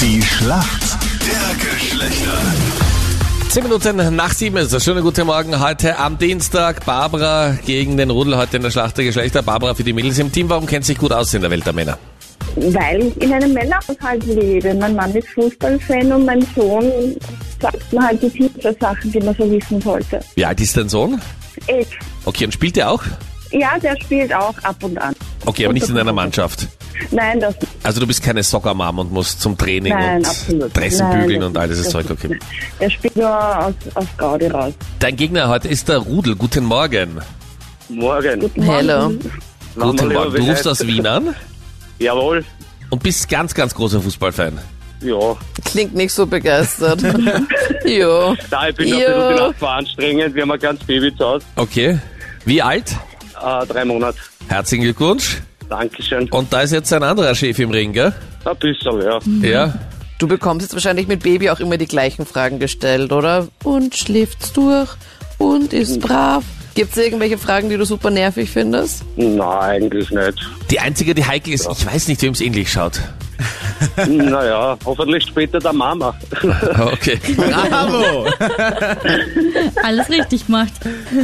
Die Schlacht der Geschlechter. 10 Minuten nach 7 ist das. Schönen guten Morgen heute am Dienstag. Barbara gegen den Rudel heute in der Schlacht der Geschlechter. Barbara für die Mädels im Team. Warum kennt sich gut aus in der Welt der Männer? Weil ich in einem Männerhaushalt lebe. Mein Mann ist Fußballfan und mein Sohn sagt mir halt die Fußballsachen, die man so wissen sollte. Wie alt ist dein Sohn? Ich. Okay, und spielt er auch? Ja, der spielt auch ab und an. Okay, aber nicht in einer Mannschaft. Nein, das Also du bist keine Soccer-Mom und musst zum Training Nein, und absolut. Dressen Nein, bügeln das- und all dieses das- Zeug. Okay. der spielt nur aus, aus Gaudi raus. Dein Gegner heute ist der Rudel. Guten Morgen. Morgen. Hello. Guten Morgen. Du rufst aus Wien an Jawohl. und bist ganz, ganz großer Fußballfan. Ja. Klingt nicht so begeistert. jo. Da ich bin noch Ja. ein bisschen die Nacht veranstrengend. Wir haben ein ganz Baby zu Hause. Okay. Wie alt? Äh, drei Monate. Herzlichen Glückwunsch. Dankeschön. Oh. Und da ist jetzt ein anderer Chef im Ring, gell? Ein bisschen, ja. Mhm. Ja. Du bekommst jetzt wahrscheinlich mit Baby auch immer die gleichen Fragen gestellt, oder? Und schläft's durch und ist brav. Gibt's irgendwelche Fragen, die du super nervig findest? Nein, eigentlich nicht. Die einzige, die heikel ist, ich weiß nicht, wem es ähnlich schaut. naja, hoffentlich später der Mama. Ah, Okay. alles richtig gemacht.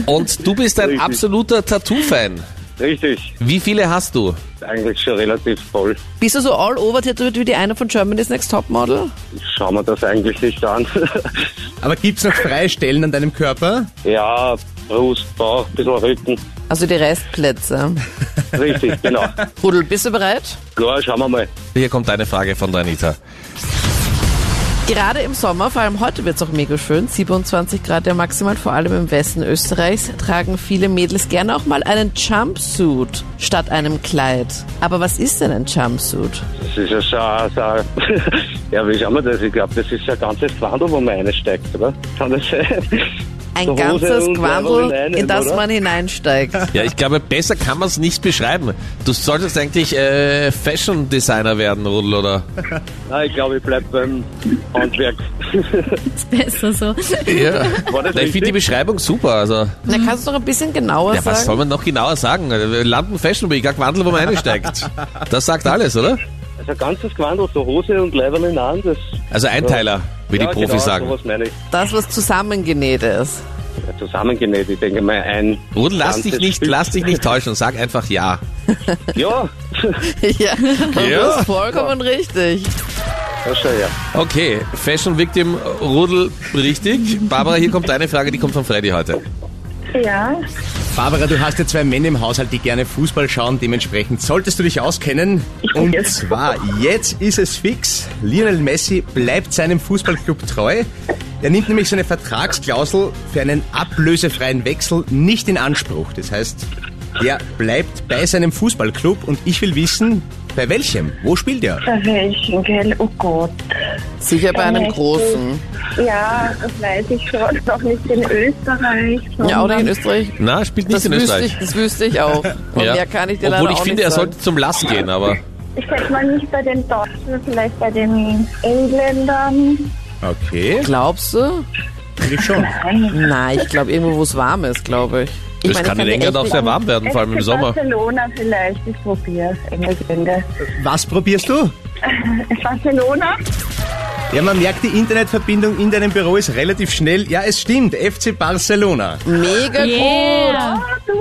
Und du bist ein Richtig. absoluter Tattoo-Fan. Richtig. Wie viele hast du? Eigentlich schon relativ voll. Bist du so all over tätowiert wie die eine von Germany's Next Topmodel? Ich schau mir das eigentlich nicht an. Aber gibt's noch freie Stellen an deinem Körper? ja, Brust, Bauch, bisschen Rücken. Also die Restplätze. Richtig, genau. Rudel, bist du bereit? Klar, schauen wir mal. Hier kommt eine Frage von der Anita. Gerade im Sommer, vor allem heute wird's auch mega schön, 27 Grad der Maximal, vor allem im Westen Österreichs, tragen viele Mädels gerne auch mal einen Jumpsuit statt einem Kleid. Aber was ist denn ein Jumpsuit? Das ist ja so, so ja, wie schauen wir das? Ich glaube, das ist ja ein ganzes Quandel, wo man einsteigt, oder? Kann das sein? Ein So Hose ganzes und Quandel, Ärmel hinein, in das oder? man hineinsteigt. Ja, ich glaube, besser kann man es nicht beschreiben. Du solltest eigentlich äh, Fashion-Designer werden, Rudel, oder? Nein, ich glaube, ich bleib beim Handwerk. Ist besser so. Ja. War Na, ich finde das die richtig? Beschreibung super. Also, Na, kannst du doch ein bisschen genauer ja, was soll sagen? man noch genauer sagen? Lampen Fashion Week, ein Quandel, wo man einsteigt. Das sagt alles, oder? Also ein ganzes Quandel, so Hose und Leiberl in der Hand, das... Also Einteiler, wie die ja, Profis genau, sagen. sowas meine ich. Das, was zusammengenäht ist. Ja, Zusammengenäht, ich denke mal, ein... Rudel, lass dich ganzes nicht, Stück. lass dich nicht täuschen. Sag einfach ja. Ja, ja, man Ja. ist vollkommen richtig. das schon, ja. Okay, Fashion Victim Rudel, richtig. Barbara, hier kommt deine Frage, die kommt von Freddy heute. Ja, Barbara, du hast ja zwei Männer im Haushalt, die gerne Fußball schauen. Dementsprechend solltest du dich auskennen. Und jetzt. zwar, jetzt ist es fix. Lionel Messi bleibt seinem Fußballclub treu. Er nimmt nämlich seine Vertragsklausel für einen ablösefreien Wechsel nicht in Anspruch. Das heißt, er bleibt bei seinem Fußballclub und ich will wissen, bei welchem? Wo spielt er? bei welchen, gell? Oh Gott. Sicher bei einem großen. Ja, das weiß ich schon. Doch nicht in Österreich. Ja, oder in sondern- Österreich. Na, spielt nicht Das in wüsste, Österreich. ich, das wüsste ich auch. Und mehr kann ich dir Obwohl leider ich auch finde, nicht er sagen. sollte zum Lass gehen, aber Ich denke mal nicht bei den Deutschen, vielleicht bei den Engländern. Okay, Glaubst du? natürlich schon. Nein, ich glaube irgendwo, wo es warm ist, glaube ich. ich es kann in dir England echt auch nicht- sehr warm werden, vor allem im FC Sommer. Barcelona vielleicht, ich probiere Engländer. Was probierst du? Barcelona? Ja, man merkt, die Internetverbindung in deinem Büro ist relativ schnell. Ja, es stimmt, FC Barcelona. Mega Yeah. Ah, du?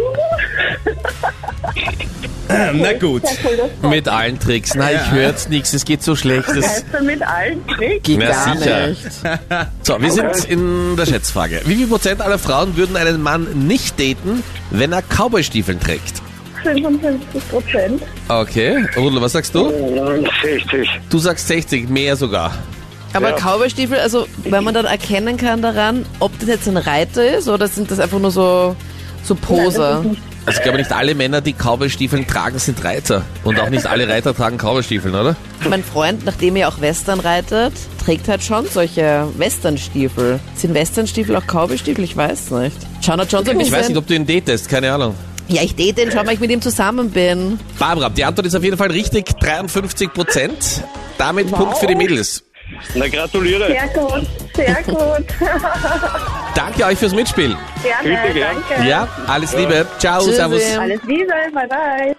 Na gut. Mit allen Tricks. Nein, ich höre jetzt nichts, es geht so schlecht. Das, Weißt du, mit allen Tricks? Geht Na, gar sicher. nicht. so, wir sind in der Schätzfrage. Wie viel Prozent aller Frauen würden einen Mann nicht daten, wenn er Cowboystiefeln trägt? 55 Prozent. Okay, Rudel, was sagst du? 60. Du sagst 60, mehr sogar. Aber Cowboystiefel, also wenn man dann erkennen kann daran, ob das jetzt ein Reiter ist oder sind das einfach nur so, so Poser. Also ich glaube nicht alle Männer, die Cowboystiefeln tragen, sind Reiter. Und auch nicht alle Reiter tragen Cowboystiefeln, oder? mein Freund, nachdem er auch Western reitet, trägt halt schon solche Westernstiefel. Sind Westernstiefel auch Cowboystiefel? Ich weiß nicht. Schauen halt schon so ein Ich bisschen. weiß nicht, ob du ihn datest, keine Ahnung. ja, ich date den, schau mal, ich mit ihm zusammen bin. Barbara, die Antwort ist auf jeden Fall richtig, 53 Prozent. Damit Punkt für die Mädels. Na, gratuliere. Sehr gut, sehr gut. Danke euch fürs Mitspielen. Gerne, Bitte, gell? danke. Ja, alles Liebe. Ciao, Tschüssi. servus. Alles Liebe, bye bye.